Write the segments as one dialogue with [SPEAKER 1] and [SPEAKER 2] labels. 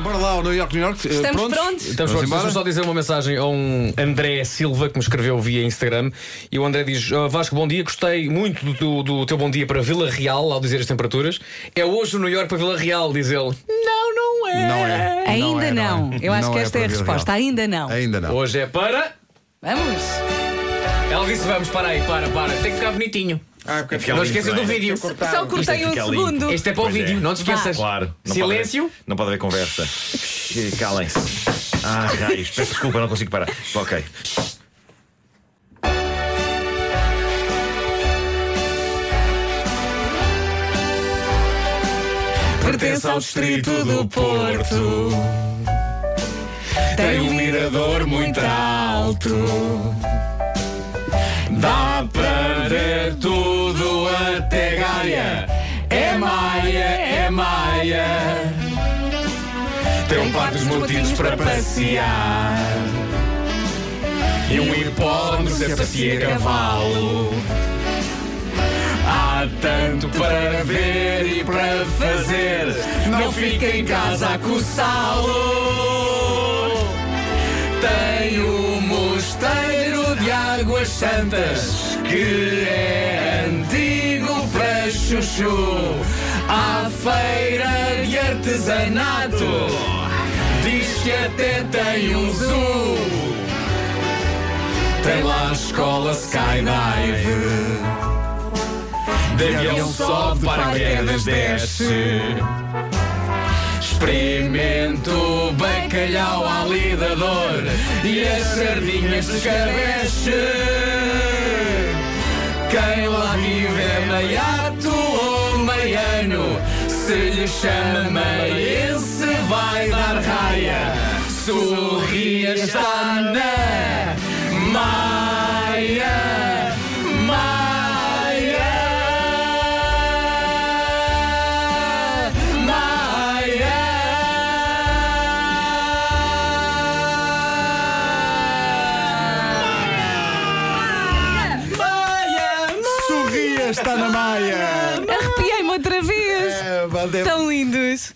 [SPEAKER 1] Barlau, New York, New York. Eh,
[SPEAKER 2] Estamos
[SPEAKER 1] prontos? Vamos
[SPEAKER 2] prontos?
[SPEAKER 3] Estamos prontos. Então, Deixa-me
[SPEAKER 1] embora?
[SPEAKER 3] só dizer uma mensagem a um André Silva que me escreveu via Instagram. E o André diz: "Ah, Vasco, bom dia. Gostei muito do, do- do teu bom dia para Vila Real, ao dizer as temperaturas. É hoje o New York para Vila Real, diz ele. Não, não é.
[SPEAKER 1] Não é.
[SPEAKER 2] Ainda não. Eu acho que esta é a
[SPEAKER 1] para ver
[SPEAKER 2] resposta.
[SPEAKER 1] real.
[SPEAKER 2] Ainda não.
[SPEAKER 1] Ainda não.
[SPEAKER 3] Hoje é para.
[SPEAKER 2] Vamos.
[SPEAKER 3] Ela disse: Vamos, para aí, para, para. Tem que ficar bonitinho.
[SPEAKER 4] Ah, porque
[SPEAKER 3] Não esqueças do vídeo.
[SPEAKER 1] Tá, é
[SPEAKER 2] Só cortei um
[SPEAKER 4] fica limpo.
[SPEAKER 2] segundo.
[SPEAKER 3] Este é para o
[SPEAKER 4] Pois é.
[SPEAKER 3] vídeo, não te esqueças.
[SPEAKER 4] Claro. não pode haver-
[SPEAKER 3] Silêncio.
[SPEAKER 4] não pode haver conversa. Shhh, Calem-se. Ah, raios. Peço desculpa, não consigo parar. Ok.
[SPEAKER 2] Pertence ao distrito do Porto. Tem um mirador muito alto.
[SPEAKER 3] Dá para ver tudo até Gaia. É Maia, é Maia.
[SPEAKER 2] Tem parques motivos para passear.
[SPEAKER 3] E um hipódromo se aprecia a cavalo. Há tanto para ver e para fazer. Não fica em casa a coçá-lo. Tem o mosteiro de Águas Santas, que é antigo para chuchu. Há feira de artesanato, diz que até tem um zoo. Tem lá a escola Skydive. De avião sobe, de paraquedas desce. Experimento o bacalhau à lidador e as sardinhas de cabeche. Quem lá vive é maiato ou maiano, se lhe chama maiense vai dar raia. Sorria está na maia, maia, maia. Maia,
[SPEAKER 1] Sorria, está na maia.
[SPEAKER 2] Arrepiei-me outra vez.
[SPEAKER 1] É, Valde-
[SPEAKER 2] Tão lindos.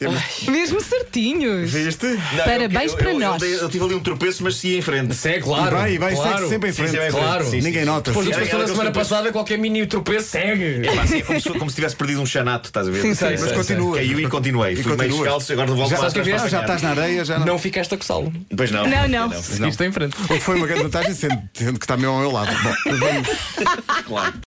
[SPEAKER 2] Mesmo certinhos.
[SPEAKER 1] Viste?
[SPEAKER 2] Parabéns
[SPEAKER 4] Eu-
[SPEAKER 2] para
[SPEAKER 4] eu- eu
[SPEAKER 2] nós.
[SPEAKER 4] dei- Eu tive ali um tropeço, mas segui em frente.
[SPEAKER 3] Sim, é claro.
[SPEAKER 1] E vai, e vai,
[SPEAKER 3] claro. é
[SPEAKER 1] segue sempre em frente.
[SPEAKER 4] sempre em frente.
[SPEAKER 3] Claro.
[SPEAKER 4] Sim, sim,
[SPEAKER 1] Ninguém
[SPEAKER 4] sim.
[SPEAKER 1] nota.
[SPEAKER 3] Depois do que
[SPEAKER 4] Sim,
[SPEAKER 3] passou
[SPEAKER 4] é
[SPEAKER 3] na
[SPEAKER 4] aquela
[SPEAKER 3] semana
[SPEAKER 4] que eu sou
[SPEAKER 3] passada, qualquer mini tropeço segue.
[SPEAKER 4] É pá, assim, é como, se, como se tivesse perdido um chanato, estás a ver?
[SPEAKER 2] Sim, sim.
[SPEAKER 3] Sei,
[SPEAKER 1] Mas
[SPEAKER 3] sei, sei.
[SPEAKER 1] continua.
[SPEAKER 4] Caiu e continuei. Fui meio
[SPEAKER 1] continua.
[SPEAKER 4] descalço, agora não volto
[SPEAKER 1] Já,
[SPEAKER 4] para
[SPEAKER 1] sabes que
[SPEAKER 4] trás
[SPEAKER 1] é?
[SPEAKER 4] para
[SPEAKER 1] já
[SPEAKER 4] apanhar.
[SPEAKER 1] estás na areia, já não.
[SPEAKER 3] Não ficaste a coçá-lo.
[SPEAKER 4] Pois não.
[SPEAKER 2] Não, não.
[SPEAKER 3] Seguiste em frente.
[SPEAKER 1] O que foi uma grande vantagem, sendo, sendo que está mesmo ao meu lado. Bom, vamos.
[SPEAKER 4] Claro.